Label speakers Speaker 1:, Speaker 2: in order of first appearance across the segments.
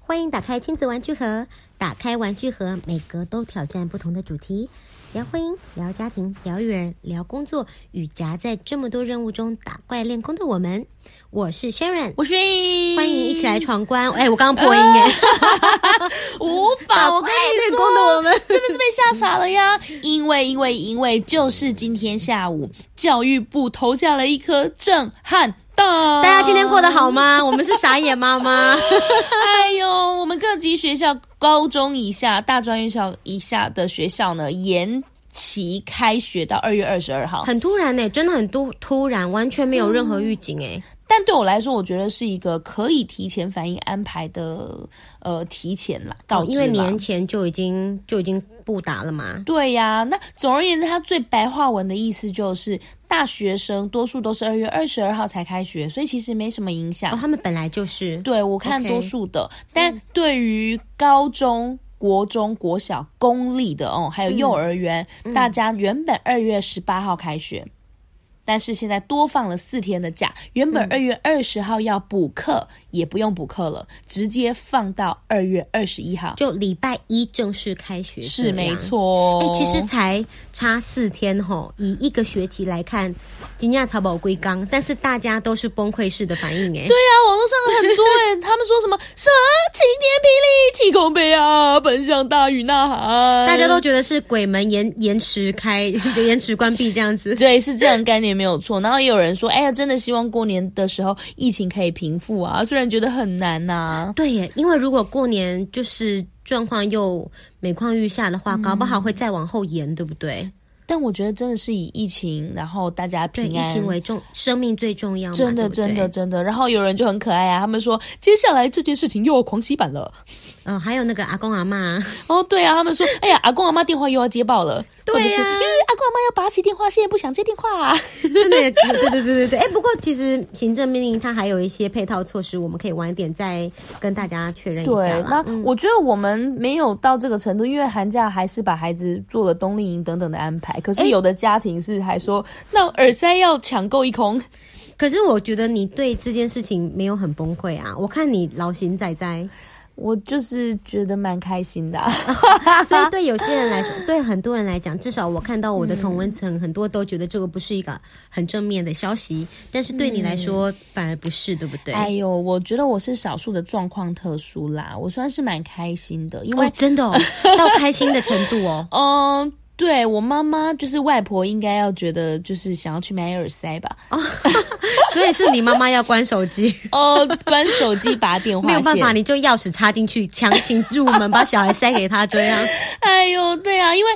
Speaker 1: 欢迎打开亲子玩具盒，打开玩具盒，每格都挑战不同的主题，聊婚姻、聊家庭、聊育人、聊工作，与夹在这么多任务中打怪练功的我们。我是 Sharon，
Speaker 2: 我是 A，
Speaker 1: 欢迎一起来闯关。哎，我刚刚破音哎，
Speaker 2: 无
Speaker 1: 打
Speaker 2: 法，我
Speaker 1: 怪
Speaker 2: 跟你
Speaker 1: 练
Speaker 2: 说，
Speaker 1: 功的我们。
Speaker 2: 真的是被吓傻了呀！因为因为因为，就是今天下午，教育部投下了一颗震撼
Speaker 1: 大
Speaker 2: 弹。
Speaker 1: 家今天过得好吗？我们是傻眼妈妈。
Speaker 2: 哎呦，我们各级学校、高中以下、大专院校以下的学校呢，延期开学到二月二十二号。
Speaker 1: 很突然呢、真的很突突然，完全没有任何预警哎、
Speaker 2: 但对我来说，我觉得是一个可以提前反应安排的，呃，提前啦，告
Speaker 1: 哦
Speaker 2: 知
Speaker 1: 因为
Speaker 2: 啦
Speaker 1: 年前就已经就已经不打了嘛。
Speaker 2: 对呀、那总而言之，它最白话文的意思就是，大学生多数都是二月二十二号才开学，所以其实没什么影响。
Speaker 1: 哦，他们本来就是
Speaker 2: 对我看
Speaker 1: OK
Speaker 2: 多数的但对于高中。国中、国小、公立的哦，还有幼儿园，
Speaker 1: 嗯
Speaker 2: 大家原本二月十八号开学，但是现在多放了四天的假。原
Speaker 1: 嗯
Speaker 2: 本二月二十号要补课，也不用补课了，直接放到二月二十一号。
Speaker 1: 就礼拜一正式开学，
Speaker 2: 是没。错。
Speaker 1: 哎、其实才差四天吼，以一个学期来看，金价草宝归刚，但是大家都是崩溃式的反应哎、
Speaker 2: 对呀、啊网络上很多人他们说什么什么晴天霹雳、气功杯啊，奔向大雨呐喊，
Speaker 1: 大家都觉得是鬼门延延迟开、 延迟关闭这样子。
Speaker 2: 对，是这样概念没有错。然后也有人说，哎呀，真的希望过年的时候疫情可以平复啊，虽然觉得很难呐、
Speaker 1: 对耶，因为如果过年就是状况又每况愈下的
Speaker 2: 嗯
Speaker 1: 话，搞不好会再往后延，对不对？
Speaker 2: 但我觉得真的是以疫情，然后大家
Speaker 1: 对，
Speaker 2: 平
Speaker 1: 疫
Speaker 2: 安。
Speaker 1: 情为重，生命最重要嘛，
Speaker 2: 真
Speaker 1: 对
Speaker 2: 的，
Speaker 1: 不
Speaker 2: 真的，
Speaker 1: 对，
Speaker 2: 真的。然后有人就很可爱啊，他们说接下来这件事情又要狂喜版 了。
Speaker 1: 嗯、还有那个阿公阿妈，
Speaker 2: 哦，对啊，他们说，哎呀，阿公阿妈电话又要接爆了，
Speaker 1: 对
Speaker 2: 或者是、
Speaker 1: 呀
Speaker 2: 嗯阿公阿妈要拔起电话线，不想接电话、啊。
Speaker 1: 真的也， 对对对对对。哎，不过其实行政命令它还有一些配套措施，我们可以晚一点再跟大家确认一下
Speaker 2: 对，
Speaker 1: 啦。嗯
Speaker 2: 那我觉得我们没有到这个程度，因为寒假还是把孩子做了冬令营等等的安排。可是有的家庭是还说， 那耳塞要抢购一空，
Speaker 1: 可是我觉得你对这件事情没有很崩溃啊，我看你老行仔 仔，
Speaker 2: 我就是觉得蛮开心的 啊、
Speaker 1: 所以对有些人来说， 对很多人来讲，至少我看到我的同温层很多都觉得这个不是一个很正面的消息，但是对你来说反而不是，对不对？
Speaker 2: 嗯哎呦，我觉得我是少数的状况特殊啦，我算是蛮开心的，因为
Speaker 1: 哦，真的哦，到开心的程度 哦。
Speaker 2: 嗯，对我妈妈就是外婆，应该要觉得就是想要去买耳塞吧。
Speaker 1: 所以是你妈妈要关手机，
Speaker 2: 哦，关手机拔电话
Speaker 1: 没有办
Speaker 2: 线
Speaker 1: 法，你就钥匙插进去，强行入 门，把小孩塞给他，这样。
Speaker 2: 哎呦，对啊，因为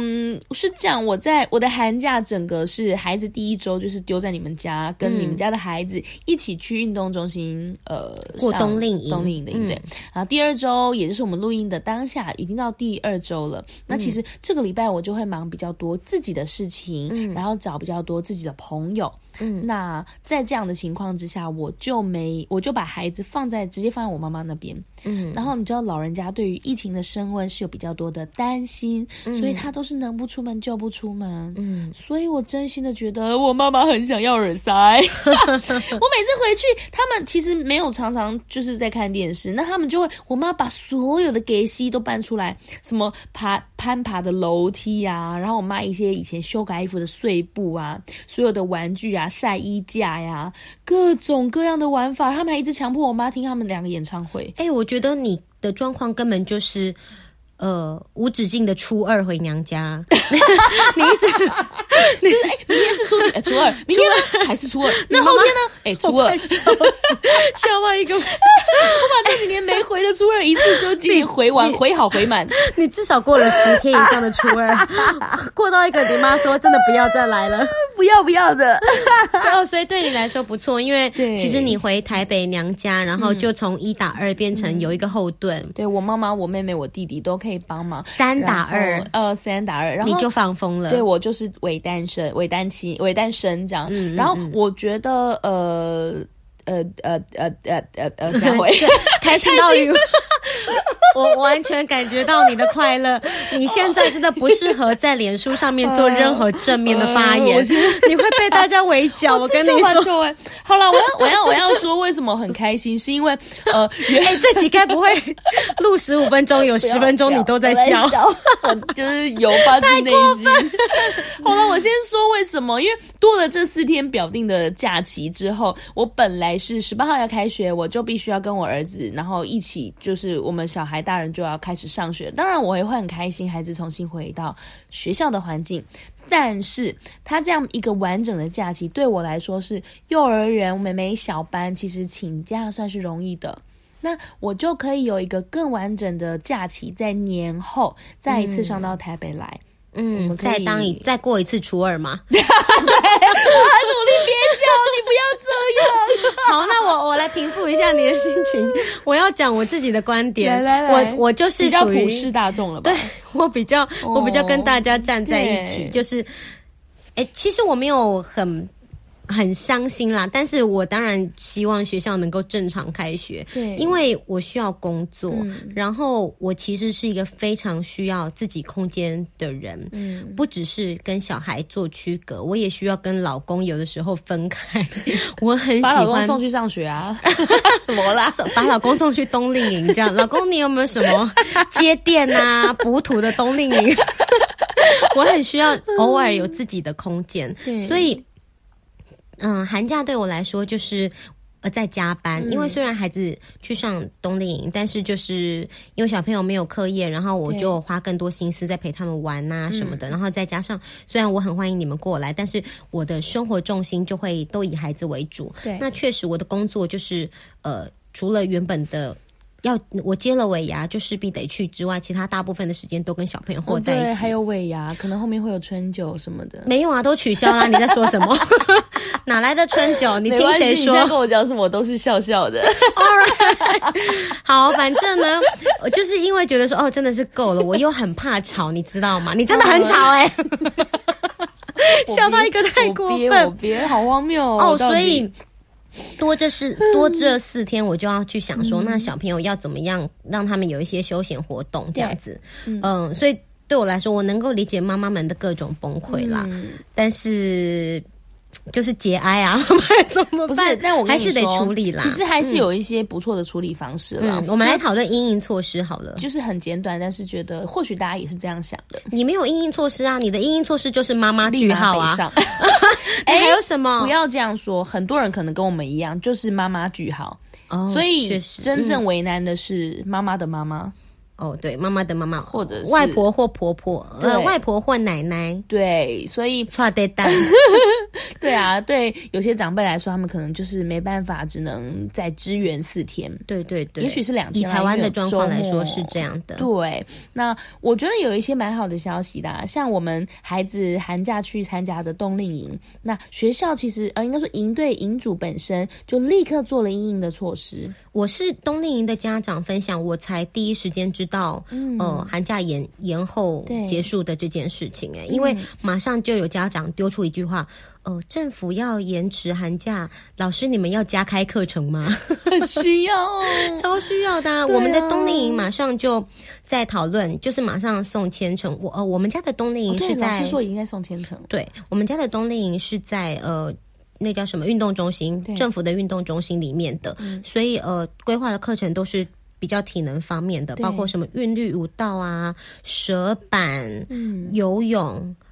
Speaker 2: 嗯是这样，我在我的寒假整个是孩子第一周就是丢在你们家，跟你们家的孩子一起去运动中心，呃，
Speaker 1: 过
Speaker 2: 上
Speaker 1: 冬令营嗯
Speaker 2: 冬令营的营对。然后第二周，也就是我们录音的当下，已经到第二周了。那
Speaker 1: 嗯
Speaker 2: 其实这个礼拜我就会忙比较多自己的事情，
Speaker 1: 嗯
Speaker 2: 然后找比较多自己的朋友。嗯，那在这样的情况之下，我就没我就把孩子放在直接放在我妈妈那边。然后你知道老人家对于疫情的升温是有比较多的担心，所以他都是能不出门就不出门。嗯，所以我真心的觉得我妈妈很想要耳塞。 我每次回去，他们其实没有常常就是在看电视，那他们就会，我妈把所有的给息都搬出来，什么爬攀爬的楼梯啊，然后我妈一些以前修改衣服的碎布啊，所有的玩具啊，晒衣架呀、各种各样的玩法，他们还一直强迫我妈听他们两个演唱会。
Speaker 1: 哎、我觉得你的状况根本就是，呃，无止境的初二回娘家，你一直
Speaker 2: 就是哎、明天是初几？哎初二，明天呢？还是初 二？那后天呢？哎、初二，
Speaker 1: 笑到一个，
Speaker 2: 我把这几年没回的初二一次就今年回完，回好回满。
Speaker 1: 你至少过了十天以上的初二， 过到一个你妈说真的 不要再来了，
Speaker 2: 不要不要的，
Speaker 1: 哦，所以对你来说不错，因为
Speaker 2: 对
Speaker 1: 其实你回台北娘家，然后就从一打二变成有一个后盾，
Speaker 2: 对我妈妈、我妹妹、我弟弟都可以帮忙。
Speaker 1: 三打
Speaker 2: 然
Speaker 1: 二
Speaker 2: 后，呃，三打二，然后
Speaker 1: 你就放风了，
Speaker 2: 对我就是伪单身、伪单亲、伪单身这样。
Speaker 1: 嗯
Speaker 2: 然后我觉得，呃 呃呃呃呃呃呃呃，下回。
Speaker 1: 开心到有我 完全感觉到你的快乐。你现在真的不适合在脸书上面做任何正面的发
Speaker 2: 哦
Speaker 1: 言，你会被大家围 剿。我跟你说，
Speaker 2: 说，好了，我要我要我要说为什么很开心，是因为呃，原
Speaker 1: 哎，这集该不会录十五分钟，有十分钟你都在笑？
Speaker 2: 我就是有发自内心。 好了，我先说为什么，因为多了这四天表定的假期之后，我本来是十八号要开学，我就必须要跟我儿子，然后一起就是我们小孩大人就要开始上学。当然，我也会很开心，孩子重新回到学校的环境。但是他这样一个完整的假期对我来说是幼儿园、妹妹小班，其实请假算是容易的。那我就可以有一个更完整的假期，在年后再一次上到台北来。
Speaker 1: 嗯，
Speaker 2: 们可
Speaker 1: 再当一
Speaker 2: 以
Speaker 1: 再过一次初二嘛。
Speaker 2: 我很努力憋笑，你不要这样。
Speaker 1: 好，那我我来平复一下你的心情。我要讲我自己的观点，
Speaker 2: 来来来
Speaker 1: 我我就是
Speaker 2: 比较
Speaker 1: 属于
Speaker 2: 普世大众了吧？
Speaker 1: 对 我比较，我比较跟
Speaker 2: 哦
Speaker 1: 大家站在一起，
Speaker 2: 对
Speaker 1: 就是，哎、其实我没有很很伤心啦，但是我当然希望学校能够正常开学，
Speaker 2: 对嗯
Speaker 1: 因为我需要工作，然后我其实是一个非常需要自己空间的人，
Speaker 2: 嗯
Speaker 1: 不只是跟小孩做区隔，我也需要跟老公有的时候分 开，我很喜
Speaker 2: 把老公
Speaker 1: 欢
Speaker 2: 送去上学啊？ 怎么啦？
Speaker 1: 送 把老公送去冬令营，这样，老公你有没有什么 接电啊、补土的冬令营？ 我很需要偶尔有自己的空间，
Speaker 2: 对
Speaker 1: 所以，嗯，寒假对我来说就是。呃，在加班，
Speaker 2: 嗯
Speaker 1: 因为虽然孩子去上冬令营，但是就是因为小朋友没有课业，然后我
Speaker 2: 对嗯
Speaker 1: 就花更多心思在陪他们玩啊什么的，然后再加上虽然我很欢迎你们过来，但是我的生活重心就会都以孩子为主，
Speaker 2: 对
Speaker 1: 那确实，我的工作就是呃，除了原本的要我接了尾牙就势必得去之外，其他大部分的时间都跟小朋友和
Speaker 2: 哦
Speaker 1: 在
Speaker 2: 对，
Speaker 1: 一起。
Speaker 2: 还有尾牙，可能后面会有春酒什么的。
Speaker 1: 没有啊，都取消啦！你在说什么？ 哪来的春酒？你
Speaker 2: 没
Speaker 1: 听
Speaker 2: 关系
Speaker 1: 谁
Speaker 2: 你现在
Speaker 1: 说？
Speaker 2: 跟我讲什么，我都是笑笑 的。
Speaker 1: 好，反正呢，我就是因为觉得说，哦，真的是够了，我又很怕吵，你知道吗？你真的
Speaker 2: 哦
Speaker 1: 很吵哎、笑到一个太过
Speaker 2: 我憋
Speaker 1: 分
Speaker 2: 我憋，好荒谬
Speaker 1: 哦，
Speaker 2: 哦到底
Speaker 1: 所以多这四 多这四天，我就要去想
Speaker 2: 嗯
Speaker 1: 说，那小朋友要怎么样让他们有一些休闲活动这样子。嗯、所以对我来说，我能够理解妈妈们的各种崩溃啦，
Speaker 2: 嗯
Speaker 1: 但是。就是节哀啊， 怎么办？
Speaker 2: 不是，但我跟
Speaker 1: 还
Speaker 2: 你
Speaker 1: 是得
Speaker 2: 说
Speaker 1: 处理啦。
Speaker 2: 其实还是有一些不错的处理方式啦
Speaker 1: 嗯，。我们来讨论阴影措施好了。
Speaker 2: 就是很简短，但是觉得或许大家也是这样想的。
Speaker 1: 你没有阴影措施啊，你的阴影措施就是妈妈
Speaker 2: 立
Speaker 1: 句
Speaker 2: 马
Speaker 1: 号
Speaker 2: 北
Speaker 1: 啊。
Speaker 2: 上
Speaker 1: 你
Speaker 2: 哎
Speaker 1: 还有什么？
Speaker 2: 不要这样说，很多人可能跟我们一样，就是妈妈句号。
Speaker 1: 哦
Speaker 2: 所以
Speaker 1: 确实
Speaker 2: 真
Speaker 1: 嗯
Speaker 2: 正为难的是妈妈的妈妈。
Speaker 1: 哦，对，妈妈的妈妈，
Speaker 2: 或者是
Speaker 1: 外婆或婆婆，呃，
Speaker 2: 对
Speaker 1: 外婆或奶奶，
Speaker 2: 对，所以
Speaker 1: 错对 单，
Speaker 2: 对啊，对有些长辈来说，他们可能就是没办法，只能再支援四天。
Speaker 1: 对对对，
Speaker 2: 也许是两
Speaker 1: 以
Speaker 2: 天啦。
Speaker 1: 台湾的
Speaker 2: 因为
Speaker 1: 状
Speaker 2: 有
Speaker 1: 况来
Speaker 2: 周
Speaker 1: 说
Speaker 2: 末
Speaker 1: 是这样的，
Speaker 2: 对，那我觉得有一些蛮好的消息的啊、像我们孩子寒假去参加的冬令营，那学校其实呃，应该说营队营主本身就立刻做了应应的 措施，
Speaker 1: 我是冬令营的家长分享，我才第一时间知道，呃，寒假延延后
Speaker 2: 嗯对嗯
Speaker 1: 结束的这件事情、哎，因为马上就有家长丢出一句话，呃，政府要延迟寒假，老师你们要加开课程吗？
Speaker 2: 很需要哦。
Speaker 1: 超需要的啊、
Speaker 2: 对啊
Speaker 1: 我们的冬令营马上就在讨论，就是马上送千层，我呃，我们家的冬令营
Speaker 2: 哦对
Speaker 1: 是，
Speaker 2: 老
Speaker 1: 在
Speaker 2: 师说已经在送天成，
Speaker 1: 对，我们家的冬令营是在呃。那叫什么运动中心？
Speaker 2: 对嗯
Speaker 1: 政府的运动中心里面的，所以呃，规划的课程都是比较体能方面的，
Speaker 2: 对
Speaker 1: 包括什么韵律舞蹈啊、蛇板、
Speaker 2: 嗯，
Speaker 1: 游泳、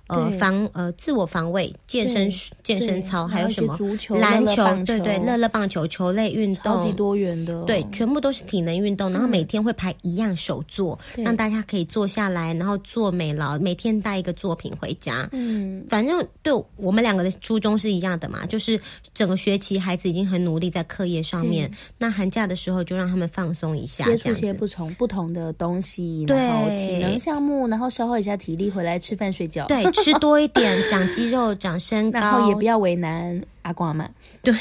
Speaker 1: 呃
Speaker 2: 对
Speaker 1: 防呃自我防卫、健身健身
Speaker 2: 对
Speaker 1: 操，
Speaker 2: 然
Speaker 1: 还有
Speaker 2: 后一
Speaker 1: 什
Speaker 2: 些
Speaker 1: 么
Speaker 2: 足球、
Speaker 1: 篮
Speaker 2: 乐乐
Speaker 1: 球，
Speaker 2: 棒
Speaker 1: 对对，乐乐棒球、球类运
Speaker 2: 超级
Speaker 1: 动。
Speaker 2: 多元的哦、嗯
Speaker 1: 对，全部都是体能运动，然后每天会排一样手作，
Speaker 2: 对
Speaker 1: 让大家可以坐下来，然后做美劳，每天带一个作品回家。
Speaker 2: 嗯，
Speaker 1: 反正对我们两个的初衷是一样的嘛，就是整个学期孩子已经很努力在课业上面，那寒假的时候就让他们放松一下，
Speaker 2: 接
Speaker 1: 这
Speaker 2: 触
Speaker 1: 样
Speaker 2: 些
Speaker 1: 子。
Speaker 2: 不同不同的东西，
Speaker 1: 对
Speaker 2: 然后体能项目，然后消耗一下体力，回来吃饭睡觉。。
Speaker 1: 对，哦吃多一点， 长肌肉，长身
Speaker 2: 然后
Speaker 1: 高
Speaker 2: 也，不要为难阿公阿妈，
Speaker 1: 对，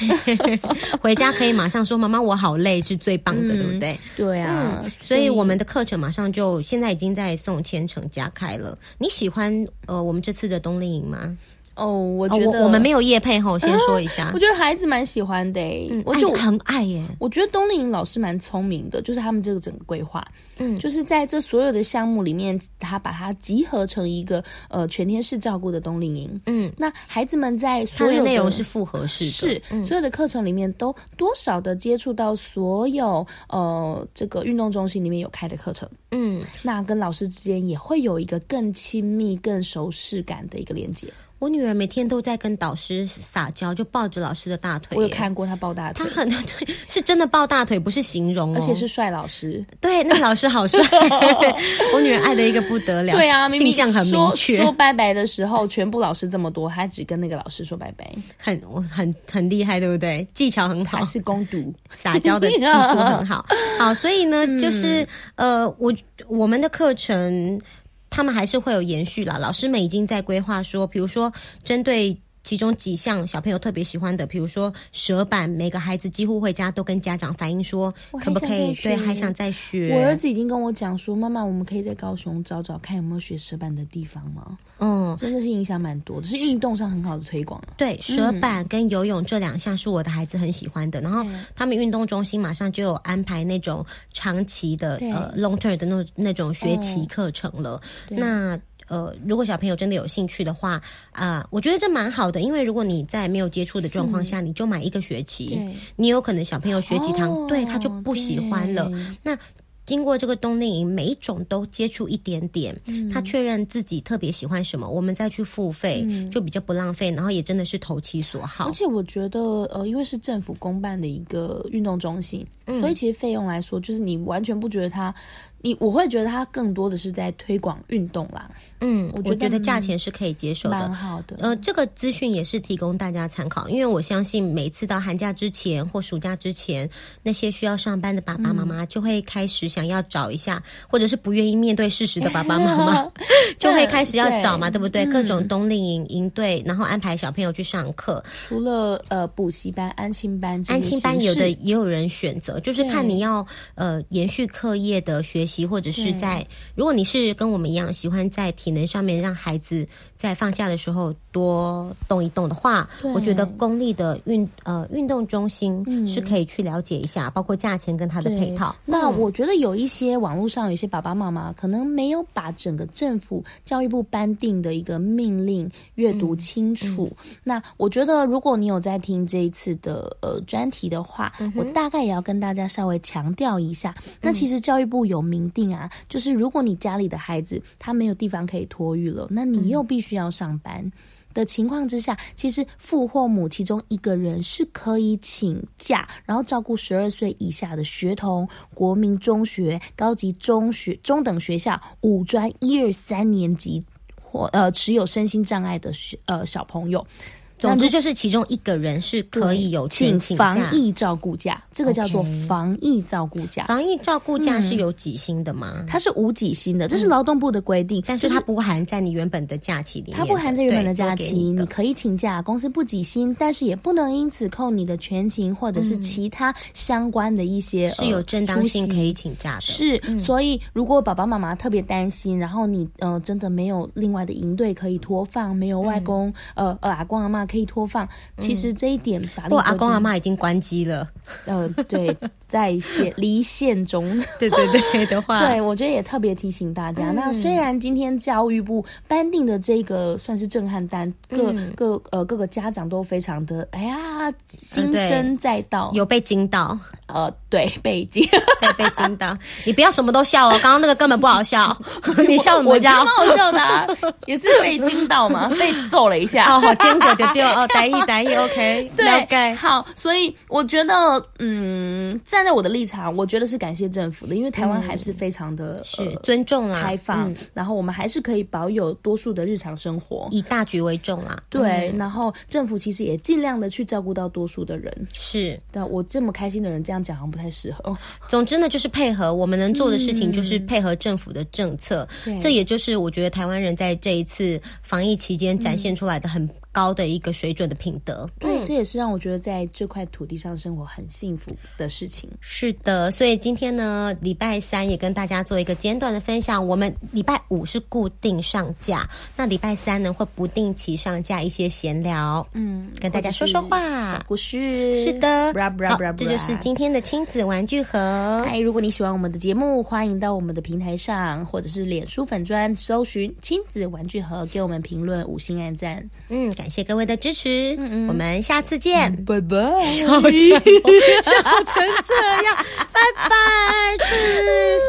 Speaker 1: 回家可以马上说妈妈我好累，是最棒的，
Speaker 2: 嗯
Speaker 1: 对不对？
Speaker 2: 对啊，
Speaker 1: 所以我们的课程马上就现在已经在送千城加开了。你喜欢呃我们这次的冬令营吗？
Speaker 2: 哦，我
Speaker 1: 哦
Speaker 2: 觉得、
Speaker 1: 我我们没有业配哈，我先说一下
Speaker 2: 我，觉得孩子蛮喜欢的欸、
Speaker 1: 嗯
Speaker 2: 我就
Speaker 1: 爱很爱耶，
Speaker 2: 我觉得冬令营老师蛮聪明的，就是他们这个整个规划，
Speaker 1: 嗯
Speaker 2: 就是在这所有的项目里面，他把它集合成一个呃全天式照顾的冬令营。
Speaker 1: 嗯，
Speaker 2: 那孩子们在
Speaker 1: 它
Speaker 2: 所
Speaker 1: 的
Speaker 2: 有
Speaker 1: 内容是复合式的，
Speaker 2: 是、所有的课程里面都多少的接触到所有呃这个运动中心里面有开的课程，
Speaker 1: 嗯。
Speaker 2: 那跟老师之间也会有一个更亲密、更熟识感的一个连接。
Speaker 1: 我女儿每天都在跟导师撒娇，就抱着老师的大腿。
Speaker 2: 我有，看过他抱大
Speaker 1: 她
Speaker 2: 腿，
Speaker 1: 很对，是真的抱大腿，不是形容、哦，
Speaker 2: 而且是帅老师。
Speaker 1: 对那老师 好帅，我女儿爱的一个不得了，
Speaker 2: 对啊，明
Speaker 1: 性
Speaker 2: 明
Speaker 1: 向很明
Speaker 2: 说
Speaker 1: 确，
Speaker 2: 说拜拜的时候，全部老师这么多，他只跟那个老师说拜拜，
Speaker 1: 很我很很厉害，对不对？技巧很好
Speaker 2: 还，是攻读。
Speaker 1: 撒娇的技术
Speaker 2: 啊
Speaker 1: 很 好。好，所以呢，
Speaker 2: 嗯
Speaker 1: 就是呃，我我们的课程他们还是会有延续啦。老师们已经在规划说，比如说针对。其中几项小朋友特别喜欢的，比如说蛇板，每个孩子几乎回家都跟家长反映说，
Speaker 2: 我还
Speaker 1: 可不可以对
Speaker 2: 想再学
Speaker 1: 还想再学？
Speaker 2: 我儿子已经跟我讲说，妈妈，我们可以在高雄找找看有没有学石板的地方吗？
Speaker 1: 嗯，
Speaker 2: 真的是影响蛮多的，是运动上很好的推广啊。
Speaker 1: 对，蛇板跟游泳这两项是我的孩子很喜欢的。然后他们运动中心马上就有安排那种长期的
Speaker 2: 对
Speaker 1: 呃 long term 的那种那种学习课程了。那呃，如果小朋友真的有兴趣的话，啊、我觉得这蛮好的，因为如果你在没有接触的状
Speaker 2: 嗯
Speaker 1: 况下，你就买一个学期，你有可能小朋友学几堂，
Speaker 2: 哦
Speaker 1: 对他就不喜欢了。那经过这个冬令营，每一种都接触一点点，
Speaker 2: 嗯
Speaker 1: 他确认自己特别喜欢什么，我们再去付费、就比较不浪费，然后也真的是投其所好
Speaker 2: 而。且嗯我觉得，呃，因为是政府公办的一个运动中心，
Speaker 1: 嗯
Speaker 2: 所以其实费用来说，就是你完全不觉得它，你我会觉得它更多的是在推广运动啦，
Speaker 1: 嗯，我
Speaker 2: 我觉
Speaker 1: 得
Speaker 2: 得
Speaker 1: 价钱是可以接受的
Speaker 2: 蛮。好的。
Speaker 1: 呃，这个资讯也是提供大家参考，因为我相信每次到寒假之前或暑假之前，那些需要上班的爸爸妈
Speaker 2: 嗯
Speaker 1: 妈就会开始想要找一下，或者是不愿意面对事实的爸爸妈 妈就会开始要找嘛，对不
Speaker 2: 嗯
Speaker 1: 对？各种冬令营、营队，然后安排小朋友去上课，
Speaker 2: 除了呃补习班、安亲班这些
Speaker 1: 安
Speaker 2: 形
Speaker 1: 亲
Speaker 2: 式，
Speaker 1: 班有的也有人选择，就是看你要呃延续课业的学习，或者是在如果你是跟我们一样喜欢在体能上面让孩子在放假的时候多动一动的话，
Speaker 2: 对嗯
Speaker 1: 我觉得公立的运呃运动中心是可以去了解一下，包括价钱跟它的
Speaker 2: 对
Speaker 1: 配套。
Speaker 2: 那我觉得有一些网络上有一些爸爸妈妈可能没有把整个政府教育部颁定的一个命令阅读清楚。那我觉得如果你有在听这一次的呃专题的话，我大概也要跟大家稍微强调一下。那其实教育部有明定啊，就是如果你家里的孩子他没有地方可以托育了，那你又必须要上班。的情况之下，其实父或母其中一个人是可以请假，然后照顾十二岁以下的学童、国民中学、高级中学、中等学校、五专一二三年级或呃持有身心障碍的学呃小朋友，
Speaker 1: 总之就是其中一个人是可以有权
Speaker 2: 请
Speaker 1: 请假
Speaker 2: 防。疫照顾假，这个叫做
Speaker 1: OK
Speaker 2: 防疫照顾假。
Speaker 1: 防疫照顾假
Speaker 2: 嗯
Speaker 1: 是有几薪的吗？
Speaker 2: 它是无给薪的，这是劳动部的规定，
Speaker 1: 嗯但是
Speaker 2: 就
Speaker 1: 它不含在你原本的假期里面
Speaker 2: 它
Speaker 1: 的，
Speaker 2: 不含在原本的
Speaker 1: 对
Speaker 2: 假
Speaker 1: 多给
Speaker 2: 期，
Speaker 1: 你
Speaker 2: 你
Speaker 1: 的
Speaker 2: 可以请假，公司不给薪，但是也不能因此扣你的全勤或者是其他相关的一些、
Speaker 1: 嗯是有正当性可
Speaker 2: 以。
Speaker 1: 以请假的。嗯
Speaker 2: 是，所以如果爸爸妈妈特别担心，然后你呃真的没有另外的营队可以托放，没有外公、呃呃阿公阿妈可以托放，其实这一点法律
Speaker 1: 嗯不过阿
Speaker 2: 规
Speaker 1: 公阿
Speaker 2: 定
Speaker 1: 妈已经关机了，
Speaker 2: 呃 对在线离线中。
Speaker 1: 对对对的话，
Speaker 2: 对，我觉得也特别提醒大家。
Speaker 1: 嗯
Speaker 2: 那虽然今天教育部颁定的这个算是震撼单，各、
Speaker 1: 嗯
Speaker 2: 各呃各个家长都非常的哎呀心
Speaker 1: 对
Speaker 2: 生再道，
Speaker 1: 有被惊到，
Speaker 2: 呃对被击，
Speaker 1: 对，被惊到。你不要什么都笑哦，刚刚那个根本不好笑， 你笑什
Speaker 2: 我
Speaker 1: 么
Speaker 2: 觉
Speaker 1: 笑
Speaker 2: 得蛮？好笑的、啊， 也是被惊到嘛，被揍了一下。
Speaker 1: 哦，好间隔的丢哦，打一打一，OK，了
Speaker 2: 对，
Speaker 1: 解。
Speaker 2: 好，所以我觉得，嗯，站在我的立场，我觉得是感谢政府的，因为台湾还是非常的、
Speaker 1: 嗯是
Speaker 2: 呃
Speaker 1: 尊重啦
Speaker 2: 开，放，然后我们还是可以保有多数的日常生活。
Speaker 1: 以大局为重啦。
Speaker 2: 对，然后政府其实也尽量的去照顾到多数的人。
Speaker 1: 是，
Speaker 2: 但我这么开心的人这样讲好像不太适合。哦、
Speaker 1: 总之呢，就是配合我们能做的事情，就是配合政府的政策。
Speaker 2: 对
Speaker 1: 这也就是我觉得台湾人在这一次防疫期间展现出来的很高的一个水准的品德。
Speaker 2: 对，这也是让我觉得在这块土地上生活很幸福的事情。
Speaker 1: 是的，所以今天呢，礼拜三也跟大家做一个简短的分享。我们礼拜五是固定上架，那礼拜三呢会不定期上架一些闲聊，
Speaker 2: 嗯，
Speaker 1: 跟大家说说话
Speaker 2: 或者是小故事。
Speaker 1: 是的，
Speaker 2: 布拉布拉
Speaker 1: 好
Speaker 2: 布拉，布
Speaker 1: 这
Speaker 2: 拉
Speaker 1: 就是今天的亲子玩具盒。
Speaker 2: 哎，如果你喜欢我们的节目，欢迎到我们的平台上，或者是脸书粉专搜寻“亲子玩具盒”，给我们评论五星按赞。
Speaker 1: 嗯，感谢各位的支持，
Speaker 2: 嗯
Speaker 1: 我们下次见。
Speaker 2: 拜拜，
Speaker 1: 笑什么
Speaker 2: 笑成这样，拜拜，去死。